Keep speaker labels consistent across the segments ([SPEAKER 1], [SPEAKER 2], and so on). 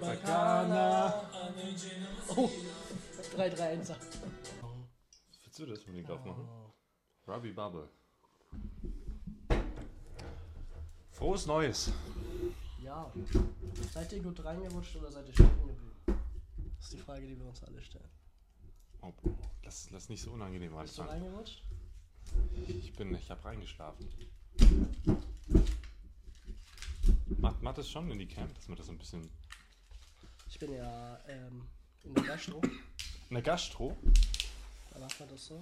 [SPEAKER 1] Bacana.
[SPEAKER 2] Oh, 3-3-1er.
[SPEAKER 3] Willst du das unbedingt aufmachen? Robbie Bubble. Frohes Neues.
[SPEAKER 2] Ja. Seid ihr gut reingerutscht oder seid ihr stecken geblieben? Das ist die Frage, die wir uns alle stellen.
[SPEAKER 3] Oh, lass, lass nicht so unangenehm
[SPEAKER 2] Bist du
[SPEAKER 3] anfangen.
[SPEAKER 2] reingerutscht?
[SPEAKER 3] Ich bin, ich habe reingeschlafen. Macht, macht das schon in die Camp, dass man das ein bisschen.
[SPEAKER 2] Ich bin ja ähm, in der Gastro.
[SPEAKER 3] Eine Gastro?
[SPEAKER 2] Da macht man das so.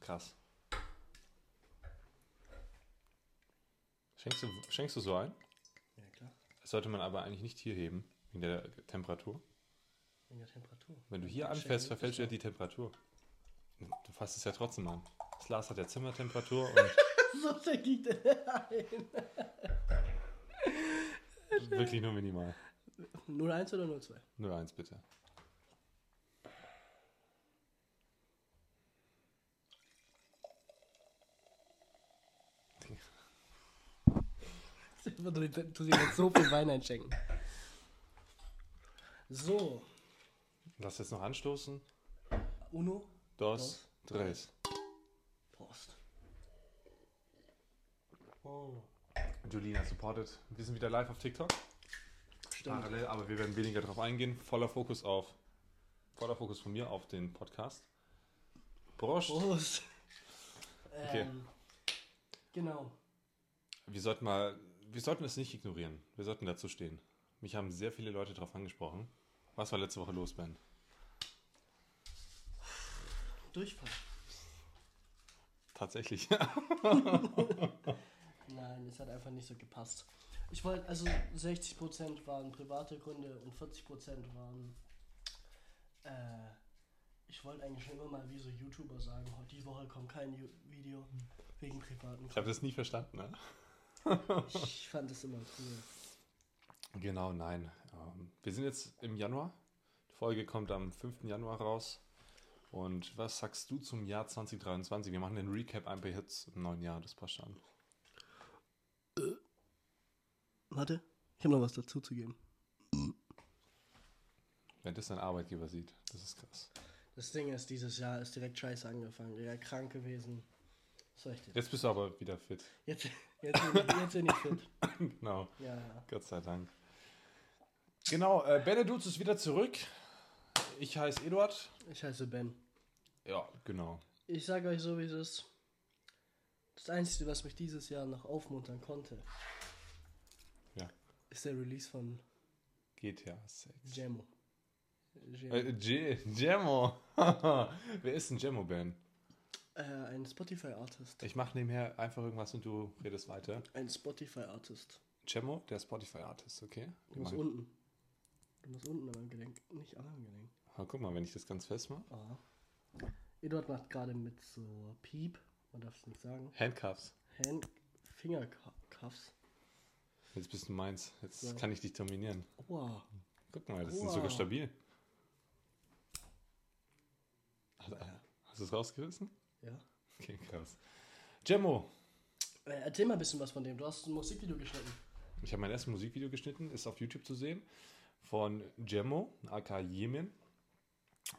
[SPEAKER 3] Krass. Schenkst du, schenkst du so ein?
[SPEAKER 2] Ja, klar.
[SPEAKER 3] Das sollte man aber eigentlich nicht hier heben, wegen der Temperatur.
[SPEAKER 2] In der Temperatur.
[SPEAKER 3] Wenn du hier
[SPEAKER 2] Dann
[SPEAKER 3] anfährst,
[SPEAKER 2] schenken
[SPEAKER 3] verfälscht
[SPEAKER 2] wir
[SPEAKER 3] ja die Temperatur. Du fasst es ja trotzdem an. Das Glas hat ja Zimmertemperatur und
[SPEAKER 2] So schenk ich dir ein.
[SPEAKER 3] wirklich nur minimal.
[SPEAKER 2] 0-1 oder 0-2?
[SPEAKER 3] 01 bitte.
[SPEAKER 2] Du, du, du dir jetzt so viel Wein einschenken. So.
[SPEAKER 3] Lass jetzt noch anstoßen.
[SPEAKER 2] Uno.
[SPEAKER 3] Dos, tres.
[SPEAKER 2] Prost.
[SPEAKER 3] Julina supported. Wir sind wieder live auf TikTok.
[SPEAKER 2] Stimmt.
[SPEAKER 3] Parallel, aber wir werden weniger darauf eingehen. Voller Fokus auf. Voller Fokus von mir auf den Podcast. Prost.
[SPEAKER 2] Prost.
[SPEAKER 3] Okay.
[SPEAKER 2] Ähm, genau.
[SPEAKER 3] Wir sollten mal. Wir sollten es nicht ignorieren. Wir sollten dazu stehen. Mich haben sehr viele Leute darauf angesprochen. Was war letzte Woche los, Ben?
[SPEAKER 2] Durchfall.
[SPEAKER 3] Tatsächlich.
[SPEAKER 2] Nein, es hat einfach nicht so gepasst. Ich wollte, also 60% waren private Gründe und 40% waren. Äh, ich wollte eigentlich schon immer mal wie so YouTuber sagen, heute die Woche kommt kein Ju- Video wegen privaten
[SPEAKER 3] Ich habe das nie verstanden, ne?
[SPEAKER 2] Gründen. Ich fand das immer cool.
[SPEAKER 3] Genau, nein. Ähm, Wir sind jetzt im Januar. Die Folge kommt am 5. Januar raus. Und was sagst du zum Jahr 2023? Wir machen den Recap ein paar Hits im neuen Jahr, das passt schon.
[SPEAKER 2] Warte, ich habe noch was dazu zu geben.
[SPEAKER 3] Wenn das dein Arbeitgeber sieht, das ist krass.
[SPEAKER 2] Das Ding ist, dieses Jahr ist direkt scheiße angefangen. Digga, krank gewesen. Was soll ich denn?
[SPEAKER 3] Jetzt bist du aber wieder fit.
[SPEAKER 2] Jetzt, jetzt, bin ich- jetzt bin ich fit.
[SPEAKER 3] Genau,
[SPEAKER 2] Ja, ja.
[SPEAKER 3] Gott sei Dank. Genau, äh, Beneduz ist wieder zurück. Ich heiße Eduard.
[SPEAKER 2] Ich heiße Ben.
[SPEAKER 3] Ja, genau.
[SPEAKER 2] Ich sage euch so, wie es ist. Das Einzige, was mich dieses Jahr noch aufmuntern konnte,
[SPEAKER 3] Ja,
[SPEAKER 2] ist der Release von
[SPEAKER 3] GTA 6.
[SPEAKER 2] Jamo. Jamo.
[SPEAKER 3] Äh, J- Jemmo. Wer ist ein Jemmo, Ben?
[SPEAKER 2] Äh, ein Spotify-Artist.
[SPEAKER 3] Ich mache nebenher einfach irgendwas und du redest weiter.
[SPEAKER 2] Ein Spotify-Artist.
[SPEAKER 3] Cemo, der Spotify-Artist, okay?
[SPEAKER 2] Du musst unten. Du musst unten am Gelenk. Nicht am Gelenk.
[SPEAKER 3] Ah, guck mal, wenn ich das ganz fest mache.
[SPEAKER 2] Ah. Eduard macht gerade mit so Piep. Man darf es nicht sagen.
[SPEAKER 3] Handcuffs.
[SPEAKER 2] Hand. Fingercuffs.
[SPEAKER 3] Jetzt bist du meins. Jetzt
[SPEAKER 2] Ja.
[SPEAKER 3] kann ich dich dominieren.
[SPEAKER 2] Wow.
[SPEAKER 3] Guck mal, das sind
[SPEAKER 2] Wow.
[SPEAKER 3] sogar stabil. Hat- äh, Hast du es rausgerissen?
[SPEAKER 2] Ja.
[SPEAKER 3] Okay, krass. Jemmo,
[SPEAKER 2] Äh, erzähl mal ein bisschen was von dem. Du hast ein Musikvideo geschnitten.
[SPEAKER 3] ich habe mein erstes Musikvideo geschnitten, ist auf YouTube zu sehen. Von Jemmo, aka Yemen.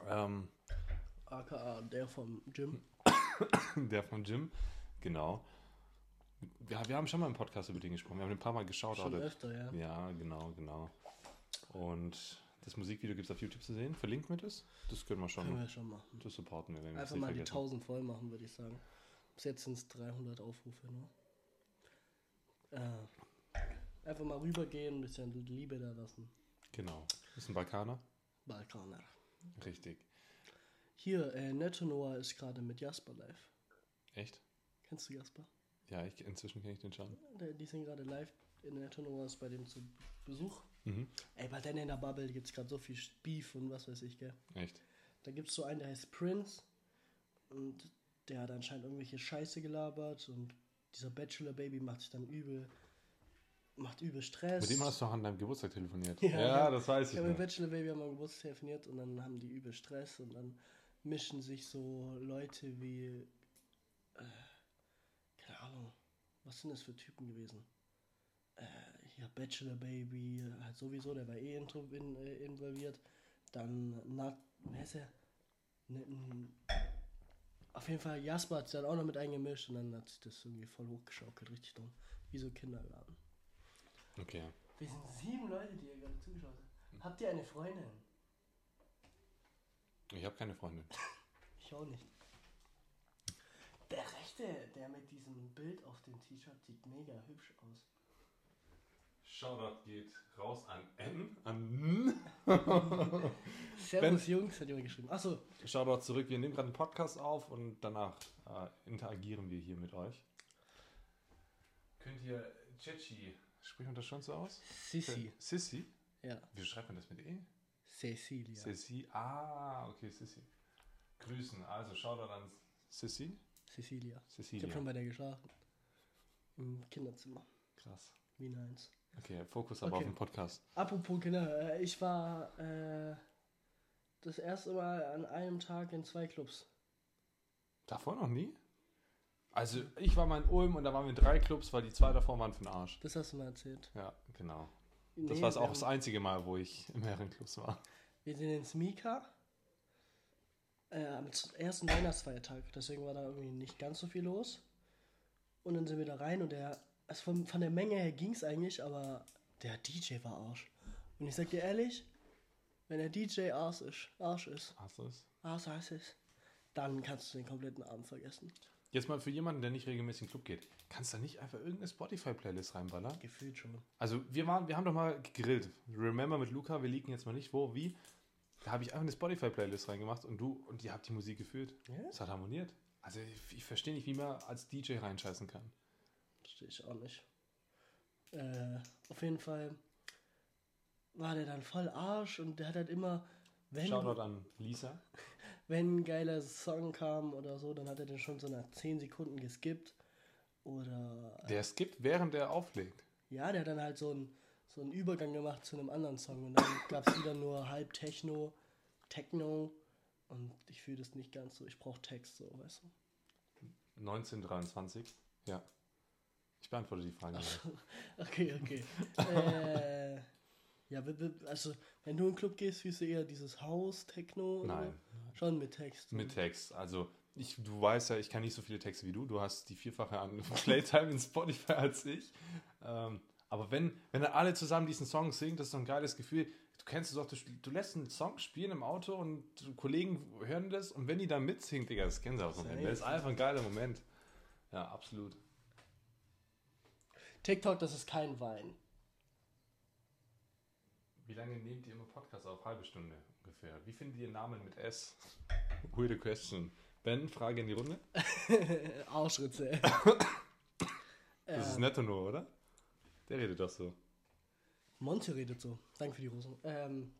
[SPEAKER 3] Ähm,
[SPEAKER 2] AKA der vom Jim.
[SPEAKER 3] Hm, Der von Jim, genau. Ja, wir haben schon mal im Podcast über den gesprochen. Wir haben den ein paar Mal geschaut.
[SPEAKER 2] Schon
[SPEAKER 3] oder?
[SPEAKER 2] öfter, ne? ja.
[SPEAKER 3] Ja, genau, genau. Und das Musikvideo gibt es auf YouTube zu sehen. Verlinken wir das? Das können wir schon.
[SPEAKER 2] Können wir schon machen.
[SPEAKER 3] Das supporten wir, wenn wir es
[SPEAKER 2] Einfach
[SPEAKER 3] nicht
[SPEAKER 2] mal die
[SPEAKER 3] vergessen.
[SPEAKER 2] 1000 voll machen, würde ich sagen. Bis jetzt sind es 300 Aufrufe nur. Äh, einfach mal rübergehen, ein bisschen Liebe da lassen.
[SPEAKER 3] Genau. Das ist ein Balkaner.
[SPEAKER 2] Balkaner.
[SPEAKER 3] Richtig.
[SPEAKER 2] Hier, äh, Netto Noah ist gerade mit Jasper live.
[SPEAKER 3] Echt?
[SPEAKER 2] Kennst du Jasper?
[SPEAKER 3] Ja, ich, inzwischen kenne ich den schon.
[SPEAKER 2] Der- Die sind gerade live. In Netto Noah ist bei dem zu Besuch.
[SPEAKER 3] Mhm.
[SPEAKER 2] Ey, bei denen in der Bubble gibt es gerade so viel Beef und was weiß ich, gell.
[SPEAKER 3] Echt.
[SPEAKER 2] Da gibt es so einen, der heißt Prince. Und der hat anscheinend irgendwelche Scheiße gelabert. Und dieser Bachelor-Baby macht sich dann übel. Macht übel Stress.
[SPEAKER 3] Mit dem hast du auch an deinem Geburtstag telefoniert.
[SPEAKER 2] Ja,
[SPEAKER 3] Ja,
[SPEAKER 2] ja.
[SPEAKER 3] das weiß
[SPEAKER 2] ich
[SPEAKER 3] ich.
[SPEAKER 2] habe mit
[SPEAKER 3] Noch.
[SPEAKER 2] Bachelor-Baby am Geburtstag telefoniert und dann haben die übel Stress. Und dann mischen sich so Leute wie. Äh, keine Ahnung. Was sind das für Typen gewesen? Äh, ja, Bachelor Baby, halt sowieso, der war eh intro, in, äh, involviert. Dann, na, wer ist er? Ne, n- auf jeden Fall, Jasper hat sich dann auch noch mit eingemischt und dann hat sich das irgendwie voll hochgeschaukelt, richtig dumm. Wie so Kindergarten.
[SPEAKER 3] Okay.
[SPEAKER 2] Wir sind sieben Leute, die ihr gerade zugeschaut habt. Habt ihr eine Freundin?
[SPEAKER 3] Ich habe keine Freundin.
[SPEAKER 2] Ich auch nicht. Der rechte, der mit diesem Bild auf dem T-Shirt, sieht mega hübsch aus.
[SPEAKER 3] Shoutout geht raus an N. An N.
[SPEAKER 2] Servus Jungs, hat jemand geschrieben. Achso,
[SPEAKER 3] Shoutout zurück. Wir nehmen gerade einen Podcast auf und danach äh, interagieren wir hier mit euch. Könnt ihr Chechi. Spricht man das schon so aus?
[SPEAKER 2] Sissi.
[SPEAKER 3] Sissi?
[SPEAKER 2] Ja,
[SPEAKER 3] Wie schreibt man das mit E?
[SPEAKER 2] Cecilia.
[SPEAKER 3] Sissi. Ah, okay, Sissi. Grüßen. Also Shoutout an Sissi.
[SPEAKER 2] Cecilia. Ich habe
[SPEAKER 3] Cecilia.
[SPEAKER 2] schon bei der geschlafen. Im Kinderzimmer.
[SPEAKER 3] Krass.
[SPEAKER 2] Wie neins.
[SPEAKER 3] Okay, Fokus aber
[SPEAKER 2] Okay.
[SPEAKER 3] auf den Podcast.
[SPEAKER 2] Apropos Kinder, äh, ich war äh, das erste Mal an einem Tag in zwei Clubs.
[SPEAKER 3] Davor noch nie? Also, ich war mal in Ulm und da waren wir in drei Clubs, weil die zwei davor waren für den Arsch.
[SPEAKER 2] Das hast du mal erzählt.
[SPEAKER 3] Ja, genau.
[SPEAKER 2] Nee, ähm,
[SPEAKER 3] Das war es
[SPEAKER 2] wir
[SPEAKER 3] auch das
[SPEAKER 2] haben-
[SPEAKER 3] einzige Mal, wo ich in mehreren Clubs war.
[SPEAKER 2] Wir sind ins Mika. Äh, am z- ersten Weihnachtsfeiertag. Deswegen war da irgendwie nicht ganz so viel los. Und dann sind wir da rein und der. Also von, von der Menge her ging es eigentlich, aber der DJ war Arsch. Und ich sag dir ehrlich, wenn der DJ Arsch ist, Arsch ist,
[SPEAKER 3] Hast du es?
[SPEAKER 2] Arsch heißt es, dann kannst du den kompletten Abend vergessen.
[SPEAKER 3] Jetzt mal für jemanden, der nicht regelmäßig in den Club geht, kannst du da nicht einfach irgendeine Spotify-Playlist reinballern?
[SPEAKER 2] Gefühlt schon.
[SPEAKER 3] Also, wir waren, wir haben doch mal gegrillt. Remember mit Luca, wir liegen jetzt mal nicht wo, wie. Da habe ich einfach eine Spotify-Playlist reingemacht und du und ihr habt die Musik gefühlt.
[SPEAKER 2] Ja?
[SPEAKER 3] Es hat harmoniert. Also, ich, ich verstehe nicht, wie man als DJ reinscheißen kann.
[SPEAKER 2] Verstehe ich auch nicht. Äh, auf jeden Fall war der dann voll Arsch und der hat halt immer, wenn
[SPEAKER 3] Shoutout an Lisa.
[SPEAKER 2] wenn ein geiler Song kam oder so, dann hat er den schon so nach 10 Sekunden geskippt. Oder
[SPEAKER 3] Der skippt, während er auflegt.
[SPEAKER 2] ja, der hat dann halt so einen, so einen Übergang gemacht zu einem anderen Song. Und dann gab es wieder nur halb Techno, Techno. Und ich fühle das nicht ganz so. Ich brauche Text, so, weißt du.
[SPEAKER 3] 1923. Ja. Ich beantworte die Frage. nicht.
[SPEAKER 2] Okay, okay. äh, ja, wir- wir- also, wenn du in den Club gehst, fühlst du eher dieses House, Techno? oder
[SPEAKER 3] Nein.
[SPEAKER 2] so? Schon mit Text. so.
[SPEAKER 3] Mit Text. Also, ich, du weißt ja, ich kann nicht so viele Texte wie du. Du hast die vierfache an Playtime in Spotify als ich. Ähm, aber wenn, wenn dann alle zusammen diesen Song singen, das ist so ein geiles Gefühl. Du kennst es doch, du, spiel- du lässt einen Song spielen im Auto und Kollegen hören das und wenn die da mitsingen, Digga, das kennen sie auch Moment. Das ist einfach ein geiler Moment. Ja, absolut.
[SPEAKER 2] TikTok, das ist kein Wein.
[SPEAKER 3] Wie lange nehmt ihr immer Podcasts auf? Halbe Stunde ungefähr. Wie findet ihr Namen mit S? Weird question. Ben, Frage in die Runde.
[SPEAKER 2] Äh, Arschritze.
[SPEAKER 3] Das ist netto nur, oder? Der redet doch so.
[SPEAKER 2] Monte redet so. Danke für die Rosen. Ähm,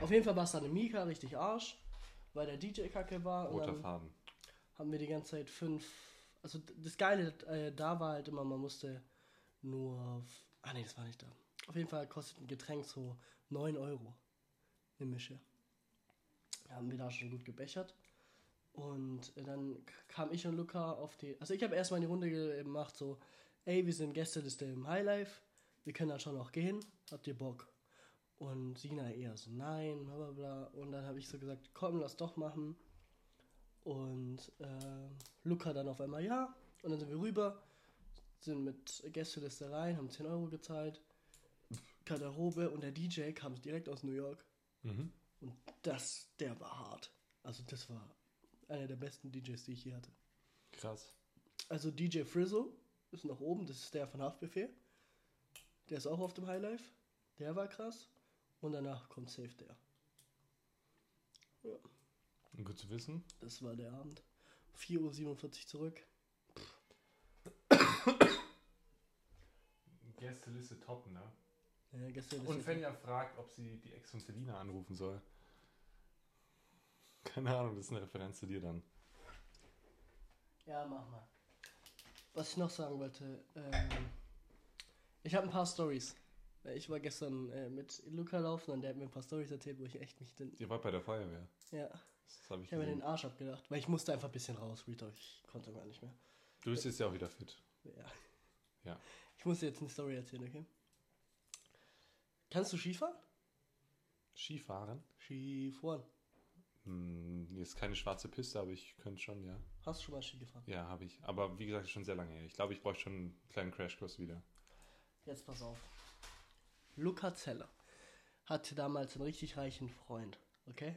[SPEAKER 2] auf jeden Fall war es dann im Mika richtig Arsch, weil der DJ kacke war. Und
[SPEAKER 3] Roter
[SPEAKER 2] dann
[SPEAKER 3] Faden.
[SPEAKER 2] haben wir die ganze Zeit fünf. Also d- das Geile äh, da war halt immer, man musste nur. auf- Ah nee, das war nicht da. Auf jeden Fall kostet ein Getränk so 9 Euro. Eine Mische. Da haben wir da schon gut gebechert. Und äh, dann k- kam ich und Luca auf die. Also ich habe erstmal die Runde ge- gemacht, so, ey, wir sind Gästeliste im Highlife, wir können da schon noch gehen, habt ihr Bock? Und Sina eher so, nein, bla bla bla. Und dann habe ich so gesagt, komm, lass doch machen. Und äh, Luca dann auf einmal ja. Und dann sind wir rüber, sind mit Gästeliste rein, haben 10 Euro gezahlt. Garderobe und der DJ kam direkt aus New York.
[SPEAKER 3] Mhm.
[SPEAKER 2] Und das, der war hart. Also das war einer der besten DJs, die ich je hatte.
[SPEAKER 3] Krass.
[SPEAKER 2] Also DJ Frizzle ist noch oben, das ist der von Haftbefehl. Der ist auch auf dem Highlife. Der war krass. Und danach kommt Safe der. Ja,
[SPEAKER 3] Gut zu wissen.
[SPEAKER 2] das war der Abend. 4.47 Uhr zurück.
[SPEAKER 3] Gästeliste top, ne?
[SPEAKER 2] Ja, gestern ist
[SPEAKER 3] Und
[SPEAKER 2] jetzt-
[SPEAKER 3] Fenja fragt, ob sie die Ex von Selina anrufen soll. Keine Ahnung, das ist eine Referenz zu dir dann.
[SPEAKER 2] Ja, mach mal. Was ich noch sagen wollte, ähm, ich habe ein paar Stories. Ich war gestern äh, mit Luca laufen und der hat mir ein paar Stories erzählt, wo ich echt mich den.
[SPEAKER 3] Ihr wart bei der Feuerwehr.
[SPEAKER 2] Ja,
[SPEAKER 3] Das habe ich
[SPEAKER 2] ich habe mir den
[SPEAKER 3] gesehen.
[SPEAKER 2] Arsch abgedacht, weil ich musste einfach ein bisschen raus, Retalk. Ich konnte gar nicht mehr.
[SPEAKER 3] Du bist jetzt ja auch wieder fit.
[SPEAKER 2] Ja.
[SPEAKER 3] Ja.
[SPEAKER 2] Ich muss dir jetzt eine Story erzählen, okay? Kannst du Skifahren?
[SPEAKER 3] Skifahren?
[SPEAKER 2] Skifahren.
[SPEAKER 3] Hm, hier ist keine schwarze Piste, aber ich könnte schon, ja.
[SPEAKER 2] Hast du schon mal Ski gefahren?
[SPEAKER 3] Ja, habe ich. Aber wie gesagt, schon sehr lange her. Ich glaube, ich bräuchte schon einen kleinen Crashkurs wieder.
[SPEAKER 2] Jetzt pass auf. Luca Zeller hatte damals einen richtig reichen Freund, okay?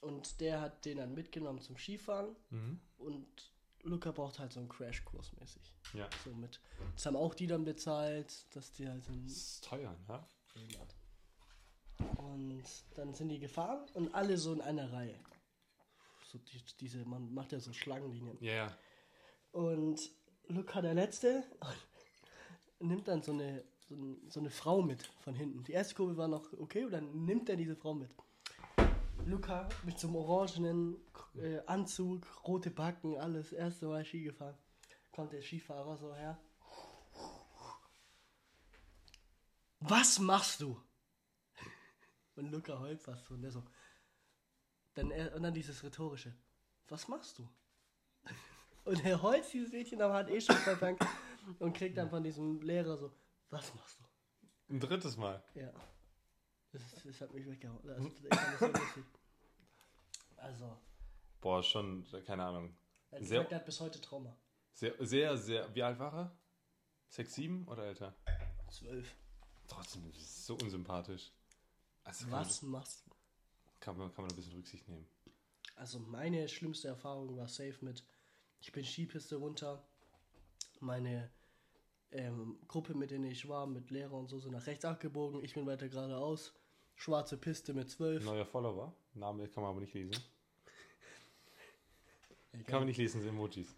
[SPEAKER 2] Und der hat den dann mitgenommen zum Skifahren
[SPEAKER 3] Mhm.
[SPEAKER 2] und Luca braucht halt so einen Crashkurs mäßig.
[SPEAKER 3] Ja.
[SPEAKER 2] So mit. Das haben auch die dann bezahlt, dass die halt so einen
[SPEAKER 3] Das ist teuer, ne?
[SPEAKER 2] Film hat. Und dann sind die gefahren und alle so in einer Reihe. So die, diese, man macht ja so Schlangenlinien.
[SPEAKER 3] Ja, ja.
[SPEAKER 2] Und Luca, der Letzte, nimmt dann so eine, so, eine, so eine Frau mit von hinten. Die erste Kurve war noch okay und dann nimmt er diese Frau mit. Luca mit so einem orangenen äh, Anzug, rote Backen, alles, erste Mal Ski gefahren. Kommt der Skifahrer so her. Was machst du? Und Luca heult fast so und der so. Dann er, und dann dieses rhetorische. Was machst du? Und er heult dieses Mädchen, aber hat eh schon verdankt und kriegt dann von diesem Lehrer so, was machst du?
[SPEAKER 3] Ein drittes Mal.
[SPEAKER 2] Ja. Das, ist- das hat mich weggehauen. Das ist echt alles so lustig. Also,
[SPEAKER 3] Boah, schon, keine Ahnung.
[SPEAKER 2] er hat
[SPEAKER 3] Sehr-
[SPEAKER 2] gesagt, er hat bis heute Trauma.
[SPEAKER 3] Sehr, sehr, sehr. Wie alt war er? Sechs, sieben oder älter?
[SPEAKER 2] Zwölf.
[SPEAKER 3] Trotzdem so unsympathisch. Also kann man-
[SPEAKER 2] Was machst du?
[SPEAKER 3] Kann man, kann man ein bisschen Rücksicht nehmen.
[SPEAKER 2] Also meine schlimmste Erfahrung war safe mit, ich bin Skipiste runter, meine ähm, Gruppe, mit denen ich war, mit Lehrer und so, sind nach rechts abgebogen, ich bin weiter geradeaus, schwarze Piste mit zwölf.
[SPEAKER 3] Neuer Follower. Name kann man aber nicht lesen.
[SPEAKER 2] Egal.
[SPEAKER 3] Kann man nicht lesen, sind Emojis.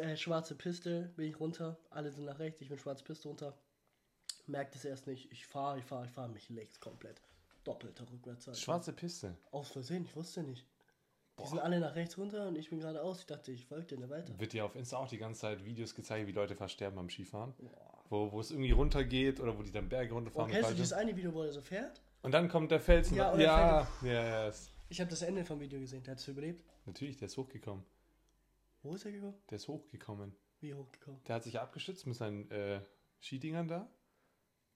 [SPEAKER 2] äh, schwarze Piste, bin ich runter, alle sind nach rechts, ich bin schwarze Piste runter. Merkt es erst nicht, ich fahre, ich fahre, ich fahre, mich leckt komplett. Doppelte Rückwärtszeit.
[SPEAKER 3] Schwarze Piste.
[SPEAKER 2] Aus Versehen, ich wusste nicht. Die sind alle nach rechts runter und ich bin geradeaus. Ich dachte, ich folge denen weiter.
[SPEAKER 3] Wird dir auf Insta auch die ganze Zeit Videos gezeigt, wie Leute versterben beim Skifahren. Wo, wo es irgendwie runtergeht oder wo die dann Berge
[SPEAKER 2] Oh,
[SPEAKER 3] runterfahren. mit
[SPEAKER 2] kennst du
[SPEAKER 3] Fallschirm.
[SPEAKER 2] dieses eine Video, wo er so fährt?
[SPEAKER 3] und dann kommt der Felsen.
[SPEAKER 2] Ja,
[SPEAKER 3] Ja,
[SPEAKER 2] und der
[SPEAKER 3] ja, ja, ja, ist-
[SPEAKER 2] Ich habe das Ende vom Video gesehen, der hat es überlebt.
[SPEAKER 3] Natürlich, der ist hochgekommen.
[SPEAKER 2] Wo ist er gekommen?
[SPEAKER 3] Der ist hochgekommen.
[SPEAKER 2] Wie hochgekommen?
[SPEAKER 3] Der hat sich ja abgeschützt mit seinen äh, Skidingern da.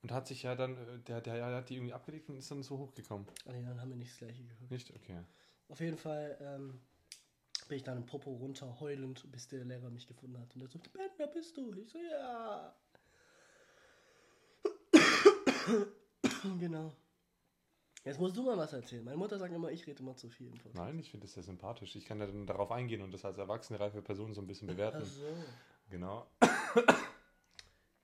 [SPEAKER 3] Und hat sich ja dann, äh, der, der, der hat die irgendwie abgelegt und ist dann so hochgekommen.
[SPEAKER 2] Ah, nee, dann haben wir nicht das gleiche gehört.
[SPEAKER 3] Nicht? Okay.
[SPEAKER 2] Auf jeden Fall ähm, bin ich dann im Popo runter, heulend, bis der Lehrer mich gefunden hat. Und er so, Ben, wer bist du? Ich so, ja. genau. Jetzt musst du mal was erzählen. Meine Mutter sagt immer, ich rede immer zu viel im Podcast.
[SPEAKER 3] Nein, ich finde das sehr sympathisch. Ich kann ja dann darauf eingehen und das als erwachsene, reife Person so ein bisschen bewerten.
[SPEAKER 2] Ach so.
[SPEAKER 3] Genau.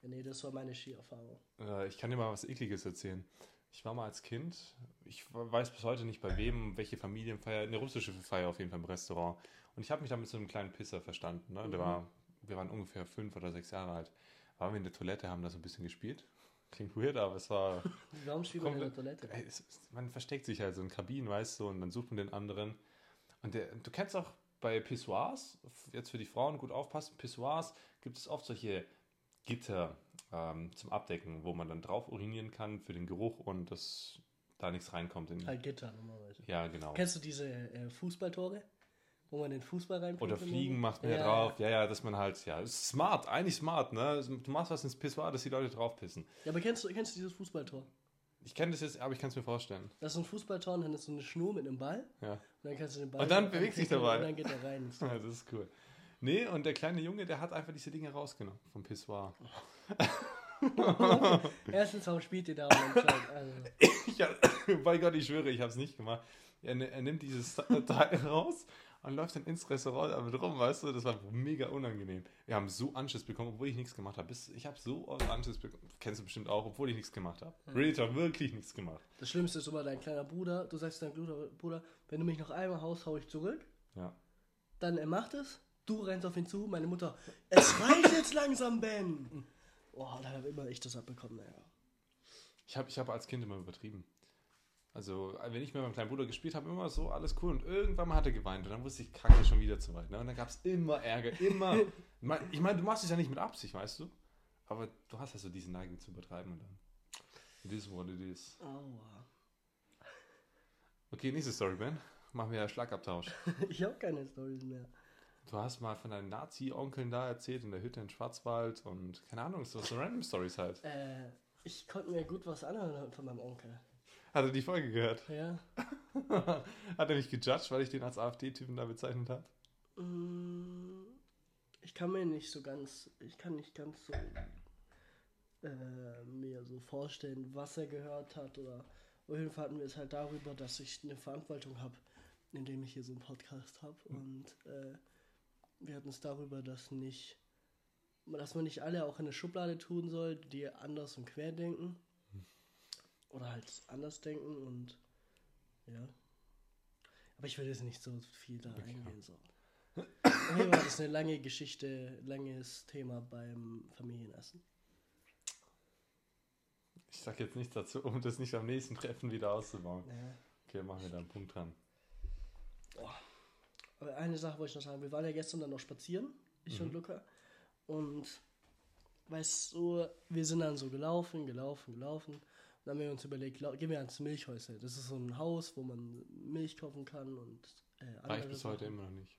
[SPEAKER 2] Ja, nee, das war meine Skierfahrung.
[SPEAKER 3] Äh, Ich kann dir mal was Ekliges erzählen. Ich war mal als Kind, ich weiß bis heute nicht bei wem, welche Familienfeier, eine russische Feier auf jeden Fall im Restaurant. Und ich habe mich da mit so einem kleinen Pisser verstanden. Ne? Der
[SPEAKER 2] Mhm.
[SPEAKER 3] war, wir waren ungefähr fünf oder sechs Jahre alt. Waren wir in der Toilette, haben da so ein bisschen gespielt. Klingt weird, aber es war.
[SPEAKER 2] Warum spielt man in der
[SPEAKER 3] Komplett-
[SPEAKER 2] Toilette?
[SPEAKER 3] Ey, es, es, man versteckt sich halt so in Kabinen, weißt du, und dann sucht man den anderen. Und der, du kennst auch bei Pissoirs, f- jetzt für die Frauen gut aufpassen, Pissoirs gibt es oft solche Gitter ähm, zum Abdecken, wo man dann drauf urinieren kann für den Geruch und dass da nichts reinkommt. In,
[SPEAKER 2] Halt Gitter normalerweise.
[SPEAKER 3] Ja, genau.
[SPEAKER 2] Kennst du diese äh, Fußballtore? Wo man den Fußball reinbringt?
[SPEAKER 3] Oder
[SPEAKER 2] und so?
[SPEAKER 3] Fliegen macht man ja, drauf. Ja, ja, dass man halt, ja, ist smart, eigentlich smart, ne? Du machst was ins Pissoir, dass die Leute draufpissen.
[SPEAKER 2] Ja, aber kennst du, kennst du dieses Fußballtor?
[SPEAKER 3] Ich kenne das jetzt, aber ich kann es mir vorstellen.
[SPEAKER 2] Das ist so ein Fußballtor und dann ist so eine Schnur mit einem Ball.
[SPEAKER 3] Ja.
[SPEAKER 2] Und dann kannst du den Ball.
[SPEAKER 3] Und dann
[SPEAKER 2] so
[SPEAKER 3] bewegt sich
[SPEAKER 2] anklicken
[SPEAKER 3] der Ball.
[SPEAKER 2] Und dann geht er rein.
[SPEAKER 3] Ja, das ist cool. Nee, und der kleine Junge, der hat einfach diese Dinge rausgenommen vom Pissoir.
[SPEAKER 2] Erstens, warum spielt ihr da? am Anfang? Also,
[SPEAKER 3] Ich hab, bei Gott, ich schwöre, ich habe es nicht gemacht. Er, ne- er nimmt dieses Teil raus und läuft dann ins Restaurant damit rum, weißt du? Das war mega unangenehm. Wir haben so Anschiss bekommen, obwohl ich nichts gemacht habe. Bis- Ich habe so oft Anschiss bekommen. Kennst du bestimmt auch, obwohl ich nichts gemacht habe. Really, ich habe wirklich nichts gemacht.
[SPEAKER 2] das Schlimmste ist immer dein kleiner Bruder. Du sagst deinem Bruder, Bruder, wenn du mich noch einmal haust, hau ich zurück.
[SPEAKER 3] Ja.
[SPEAKER 2] Dann er macht es. Du rennst auf ihn zu. Meine Mutter, es reicht jetzt langsam, Ben. Boah, da habe immer ich das abbekommen, ey.
[SPEAKER 3] Ich habe ich hab als Kind immer übertrieben. Also, wenn ich mit meinem kleinen Bruder gespielt habe, immer so alles cool. Und irgendwann mal hat er geweint. Und dann wusste ich, kacke, schon wieder zu weit. Ne? Und dann gab es immer Ärger, immer. Mein- ich meine, du machst es ja nicht mit Absicht, weißt du? Aber du hast ja so diese Neigung zu übertreiben. Und dann. It is what it is.
[SPEAKER 2] Aua.
[SPEAKER 3] Okay, nächste Story, Ben. Machen wir Schlagabtausch.
[SPEAKER 2] Ich habe keine Stories mehr.
[SPEAKER 3] Du hast mal von deinen Nazi-Onkeln da erzählt in der Hütte in Schwarzwald und keine Ahnung, so, so random Stories halt.
[SPEAKER 2] Äh, Ich konnte mir gut was anhören von meinem Onkel.
[SPEAKER 3] Hat er die Folge gehört?
[SPEAKER 2] Ja.
[SPEAKER 3] Hat er mich gejudged, weil ich den als AfD-Typen da bezeichnet habe?
[SPEAKER 2] Mm, Ich kann mir nicht so ganz, ich kann nicht ganz so äh, mir so vorstellen, was er gehört hat oder auf jeden Fall hatten wir es halt darüber, dass ich eine Verantwortung habe, indem ich hier so einen Podcast habe und äh, wir hatten es darüber, dass nicht, dass man nicht alle auch in eine Schublade tun soll, die anders und quer denken oder halt anders denken und ja. Aber ich will jetzt nicht so viel da eingehen. So. Hey, das ist eine lange Geschichte, langes Thema beim Familienessen.
[SPEAKER 3] Ich sag jetzt nichts dazu, um das nicht am nächsten Treffen wieder auszubauen.
[SPEAKER 2] Ja.
[SPEAKER 3] Okay, machen wir da einen Punkt dran.
[SPEAKER 2] Aber eine Sache wollte ich noch sagen. Wir waren ja gestern dann noch spazieren, ich und Luca. Und weißt du, wir sind dann so gelaufen, gelaufen, gelaufen. Und dann haben wir uns überlegt, lau- gehen wir ans Milchhäusle. Das ist so ein Haus, wo man Milch kaufen kann und äh,
[SPEAKER 3] War ich
[SPEAKER 2] andere
[SPEAKER 3] bis heute
[SPEAKER 2] Sachen.
[SPEAKER 3] immer noch nicht.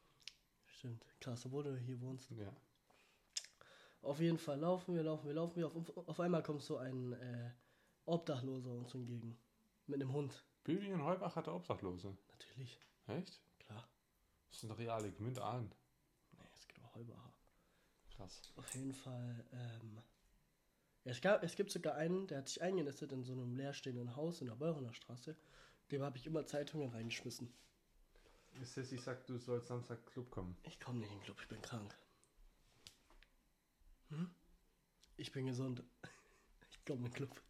[SPEAKER 2] Stimmt, krass, obwohl du hier wohnst.
[SPEAKER 3] Ja.
[SPEAKER 2] Auf jeden Fall laufen wir, laufen wir, laufen wir. Auf, auf einmal kommt so ein äh, Obdachloser uns entgegen. Mit einem Hund,
[SPEAKER 3] Büdingen und Heubach hatte Obdachlose.
[SPEAKER 2] natürlich.
[SPEAKER 3] Echt?
[SPEAKER 2] Klar.
[SPEAKER 3] Das sind doch reale Gmünd Aalen.
[SPEAKER 2] Nee, es gibt auch Heubacher.
[SPEAKER 3] Krass.
[SPEAKER 2] Auf jeden Fall, ähm. Ja, es, gab, es gibt sogar einen, der hat sich eingenistet in so einem leerstehenden Haus in der Beuroner Straße. Dem habe ich immer Zeitungen reingeschmissen.
[SPEAKER 3] Sissy sagt, du sollst Samstag Club kommen.
[SPEAKER 2] Ich komme nicht in den Club, ich bin krank. Hm? Ich bin gesund. Ich komme in den Club.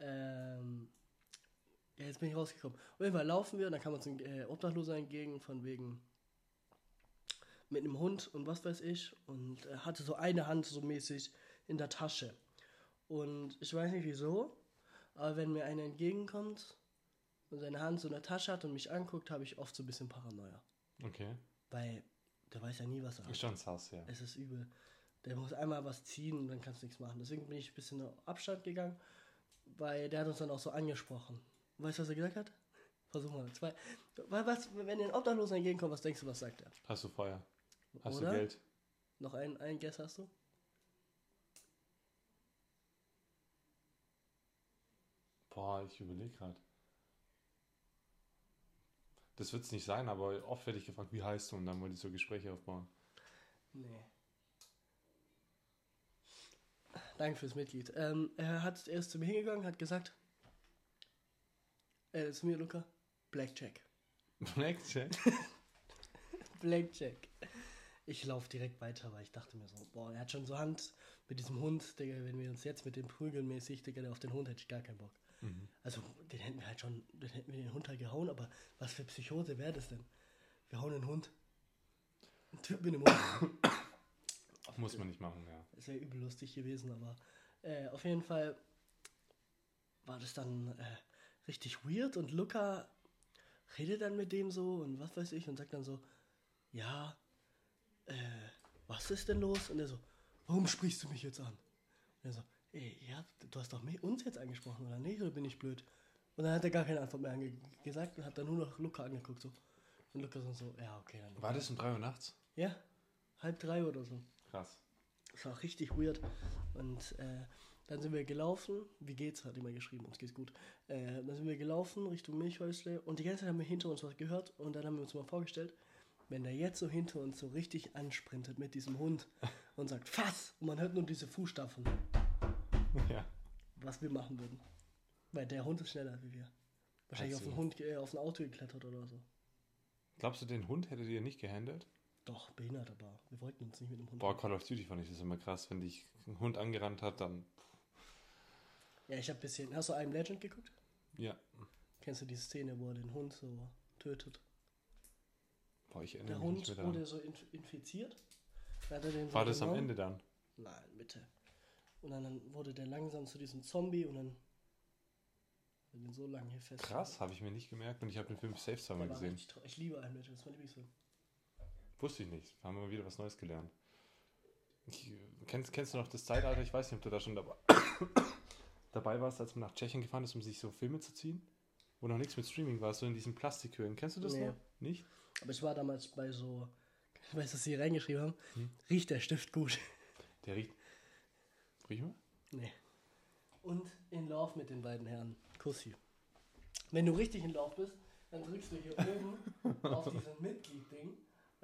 [SPEAKER 2] Ähm. Ja, jetzt bin ich rausgekommen. Auf jeden Fall laufen wir und dann kam uns ein äh, Obdachloser entgegen, von wegen. Mit einem Hund und was weiß ich. Und äh, hatte so eine Hand so mäßig in der Tasche. Und ich weiß nicht wieso, aber wenn mir einer entgegenkommt und seine Hand so in der Tasche hat und mich anguckt, habe ich oft so ein bisschen Paranoia.
[SPEAKER 3] Okay.
[SPEAKER 2] Weil der weiß ja nie, was er
[SPEAKER 3] Ist
[SPEAKER 2] hat.
[SPEAKER 3] schon sass, ja.
[SPEAKER 2] Es ist übel. Der muss einmal was ziehen und dann kannst du nichts machen. Deswegen bin ich ein bisschen auf Abstand gegangen, weil der hat uns dann auch so angesprochen. Weißt du, was er gesagt hat? Versuch mal. Zwei. Weil was, wenn dir ein Obdachloser entgegenkommt, was denkst du, was sagt er?
[SPEAKER 3] Hast du Feuer? Hast
[SPEAKER 2] Oder?
[SPEAKER 3] du Geld?
[SPEAKER 2] Noch einen, einen Guess hast du?
[SPEAKER 3] Boah, ich überlege gerade. Das wird es nicht sein, aber oft werde ich gefragt, wie heißt du? Und dann wollte ich so Gespräche aufbauen.
[SPEAKER 2] Nee. Danke fürs Mitglied. Ähm, er, hat, er ist zu mir hingegangen, hat gesagt, äh, zu mir, Luca, Blackjack.
[SPEAKER 3] Blackjack?
[SPEAKER 2] Blackjack. Ich laufe direkt weiter, weil ich dachte mir so, boah, er hat schon so Hand mit diesem Hund, Digga, wenn wir uns jetzt mit dem prügeln mäßig, Digga, der auf den Hund hätte ich gar keinen Bock. Also, den hätten wir halt schon, den hätten wir den Hund halt gehauen, aber was für Psychose wäre das denn? Wir hauen einen Hund. Ein Typ mit einem Hund.
[SPEAKER 3] Muss man nicht machen, ja.
[SPEAKER 2] Das wäre übel lustig gewesen, aber äh, auf jeden Fall war das dann äh, richtig weird und Luca redet dann mit dem so und was weiß ich und sagt dann so, ja, äh, was ist denn los? Und er so, warum sprichst du mich jetzt an? Und er so, ey, ja, du hast doch mi- uns jetzt angesprochen, oder nicht? Oder bin ich blöd? Und dann hat er gar keine Antwort mehr ange gesagt und hat dann nur noch Luca angeguckt so. Und Luca so, so ja, okay, dann.
[SPEAKER 3] War das um 3 Uhr nachts?
[SPEAKER 2] Ja, halb drei oder so.
[SPEAKER 3] Krass.
[SPEAKER 2] Das war richtig weird. Und äh, dann sind wir gelaufen. Wie geht's? Hat immer geschrieben, uns geht's gut. Äh, dann sind wir gelaufen Richtung Milchhäusle und die ganze Zeit haben wir hinter uns was gehört und dann haben wir uns mal vorgestellt, wenn der jetzt so hinter uns so richtig ansprintet mit diesem Hund und sagt Fass und man hört nur diese Fußstapfen,
[SPEAKER 3] Ja.
[SPEAKER 2] was wir machen würden. Weil der Hund ist schneller wie wir. Wahrscheinlich auf den
[SPEAKER 3] Absolut.
[SPEAKER 2] Hund, ge- äh, auf ein Auto geklettert oder so.
[SPEAKER 3] Glaubst du, den Hund hättet ihr nicht gehandelt?
[SPEAKER 2] Doch, behindert aber. Wir wollten uns nicht mit dem Hund.
[SPEAKER 3] Boah, Call of Duty fand ich das immer krass. Wenn dich ein Hund angerannt hat, dann.
[SPEAKER 2] Ja, ich habe bisschen. Hast du einen Legend geguckt?
[SPEAKER 3] Ja.
[SPEAKER 2] Kennst du die Szene, wo er den Hund so tötet?
[SPEAKER 3] Boah, ich erinnere
[SPEAKER 2] Der
[SPEAKER 3] mich nicht
[SPEAKER 2] Hund
[SPEAKER 3] mehr daran.
[SPEAKER 2] wurde so inf infiziert. Dann Hat er den so
[SPEAKER 3] War das am
[SPEAKER 2] genommen.
[SPEAKER 3] Ende dann?
[SPEAKER 2] Nein, bitte. Und dann, dann wurde der langsam zu diesem Zombie und dann hat er den so lange hier fest.
[SPEAKER 3] Krass, habe ich mir nicht gemerkt und ich habe den Film safe zweimal
[SPEAKER 2] Der war
[SPEAKER 3] gesehen.
[SPEAKER 2] richtig trau- Ich liebe Iron Legend, das ist mein Lieblingsfilm.
[SPEAKER 3] Wusste ich nicht. Haben wir mal wieder was Neues gelernt. Ich, kennst, kennst du noch das Zeitalter? Ich weiß nicht, ob du da schon dabei, dabei warst, als man nach Tschechien gefahren ist, um sich so Filme zu ziehen. Wo noch nichts mit Streaming war, so in diesen Plastikhöhlen. Kennst du das
[SPEAKER 2] Nee.
[SPEAKER 3] noch? Nicht?
[SPEAKER 2] Aber ich war damals bei so, weißt du, was sie hier reingeschrieben haben?
[SPEAKER 3] Hm.
[SPEAKER 2] Riecht der Stift gut?
[SPEAKER 3] Der riecht. Riech mal?
[SPEAKER 2] nee. und in Lauf mit den beiden Herren. Kussi. Wenn du richtig in Lauf bist, dann drückst du hier oben auf dieses Mitglied-Ding und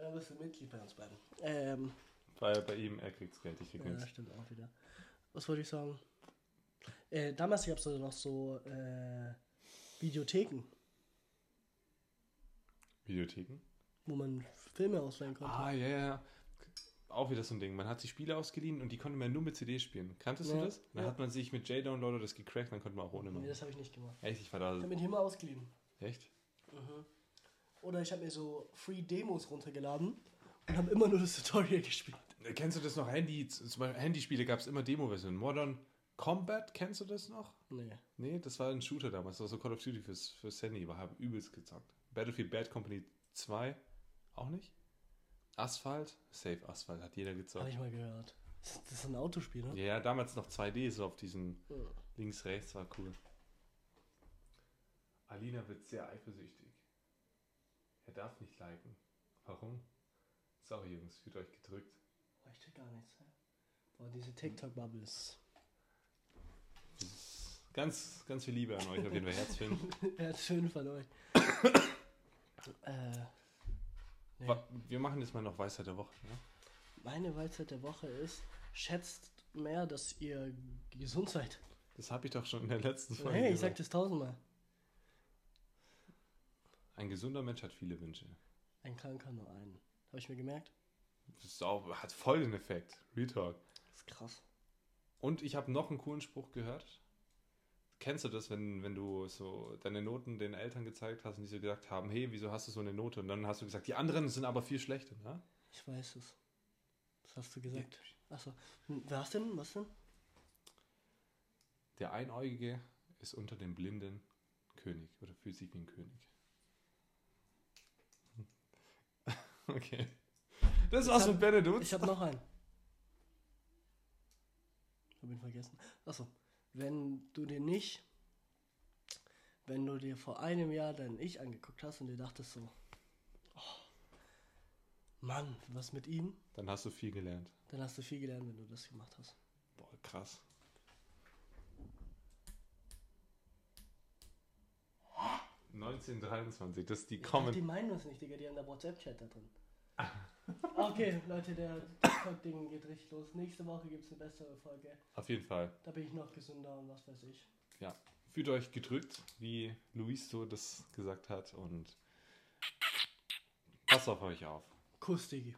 [SPEAKER 2] dann bist du Mitglied bei uns beiden. Ähm,
[SPEAKER 3] Bei, bei ihm, er kriegt's Geld, ich krieg
[SPEAKER 2] ja,
[SPEAKER 3] nichts.
[SPEAKER 2] das stimmt auch wieder. Was wollte ich sagen? Äh, damals gab es also noch so äh, Videotheken,
[SPEAKER 3] Videotheken?
[SPEAKER 2] wo man Filme ausleihen konnte.
[SPEAKER 3] Ah, ja, ja, ja. Auch wieder so ein Ding. Man hat sich Spiele ausgeliehen und die konnte man nur mit CD spielen. Kanntest
[SPEAKER 2] Ja,
[SPEAKER 3] du das? Dann
[SPEAKER 2] ja.
[SPEAKER 3] hat man sich mit J-Downloader das gecrackt, dann konnte man auch ohne machen.
[SPEAKER 2] nee, das habe ich nicht gemacht.
[SPEAKER 3] Echt, ich war
[SPEAKER 2] Ich
[SPEAKER 3] da.
[SPEAKER 2] habe mir die immer ausgeliehen.
[SPEAKER 3] Echt?
[SPEAKER 2] Oder ich habe mir so Free Demos runtergeladen und habe immer nur das Tutorial gespielt.
[SPEAKER 3] Kennst du das noch? Handy, zum Beispiel Handyspiele gab es immer Demo-Versionen. Modern Combat, kennst du das noch?
[SPEAKER 2] Nee.
[SPEAKER 3] Nee, das war ein Shooter damals. Das war so Call of Duty fürs, fürs Handy. Aber habe übelst gezockt. Battlefield Bad Company 2 auch nicht. Asphalt? Safe Asphalt, hat jeder
[SPEAKER 2] Habe
[SPEAKER 3] gezockt.
[SPEAKER 2] ich mal gehört. Das ist das ist ein Autospiel, ne? Hm.
[SPEAKER 3] Ja, ja, damals noch 2D, so auf diesen
[SPEAKER 2] Ja.
[SPEAKER 3] links, rechts, war cool. Alina wird sehr eifersüchtig. Er darf nicht liken. Warum? Sorry, Jungs, fühlt euch gedrückt.
[SPEAKER 2] Boah, Oh, ich check gar nichts. hä? Boah, diese TikTok-Bubbles.
[SPEAKER 3] Ganz, ganz viel Liebe an euch, auf jeden Fall Herzfilm.
[SPEAKER 2] er hat schön von euch. äh, nee.
[SPEAKER 3] Wa- Wir machen jetzt mal noch Weisheit der Woche. Ne?
[SPEAKER 2] Meine Weisheit der Woche ist, schätzt mehr, dass ihr gesund seid.
[SPEAKER 3] Das habe ich doch schon in der letzten Folge
[SPEAKER 2] Hey, ich sag
[SPEAKER 3] gesagt.
[SPEAKER 2] das tausendmal.
[SPEAKER 3] Ein gesunder Mensch hat viele Wünsche.
[SPEAKER 2] Ein Kranker nur einen. Habe ich mir gemerkt?
[SPEAKER 3] Das ist auch, hat voll den Effekt. Real Talk.
[SPEAKER 2] Das ist krass.
[SPEAKER 3] Und ich habe noch einen coolen Spruch gehört. Kennst du das, wenn, wenn du so deine Noten den Eltern gezeigt hast und die so gesagt haben, hey, wieso hast du so eine Note? Und dann hast du gesagt, die anderen sind aber viel schlechter, ne?
[SPEAKER 2] Ich weiß es. Das hast du gesagt. Achso. Hm, Was denn? Was denn?
[SPEAKER 3] Der Einäugige ist unter den Blinden König oder fühlt sich wie ein König. Okay. Das war's
[SPEAKER 2] hab-
[SPEAKER 3] mit Benedikt.
[SPEAKER 2] Ich habe noch einen. Hab ihn vergessen. Achso. Wenn du dir nicht, wenn du dir vor einem Jahr dein Ich angeguckt hast und dir dachtest so, oh, Mann, was mit ihm?
[SPEAKER 3] Dann hast du viel gelernt.
[SPEAKER 2] Dann hast du viel gelernt, wenn du das gemacht hast.
[SPEAKER 3] Boah, krass. ...1923, das ist die
[SPEAKER 2] Ich glaub,
[SPEAKER 3] Common...
[SPEAKER 2] die meinen uns nicht, Digga, die haben da WhatsApp-Chat da drin. Okay, Leute, der TikTok-Ding geht richtig los. Nächste Woche gibt's eine bessere Folge.
[SPEAKER 3] Auf jeden Fall.
[SPEAKER 2] Da bin ich noch gesünder und was weiß ich.
[SPEAKER 3] ja, fühlt euch gedrückt, wie Luis so das gesagt hat und passt auf euch auf.
[SPEAKER 2] Kuss, Digi.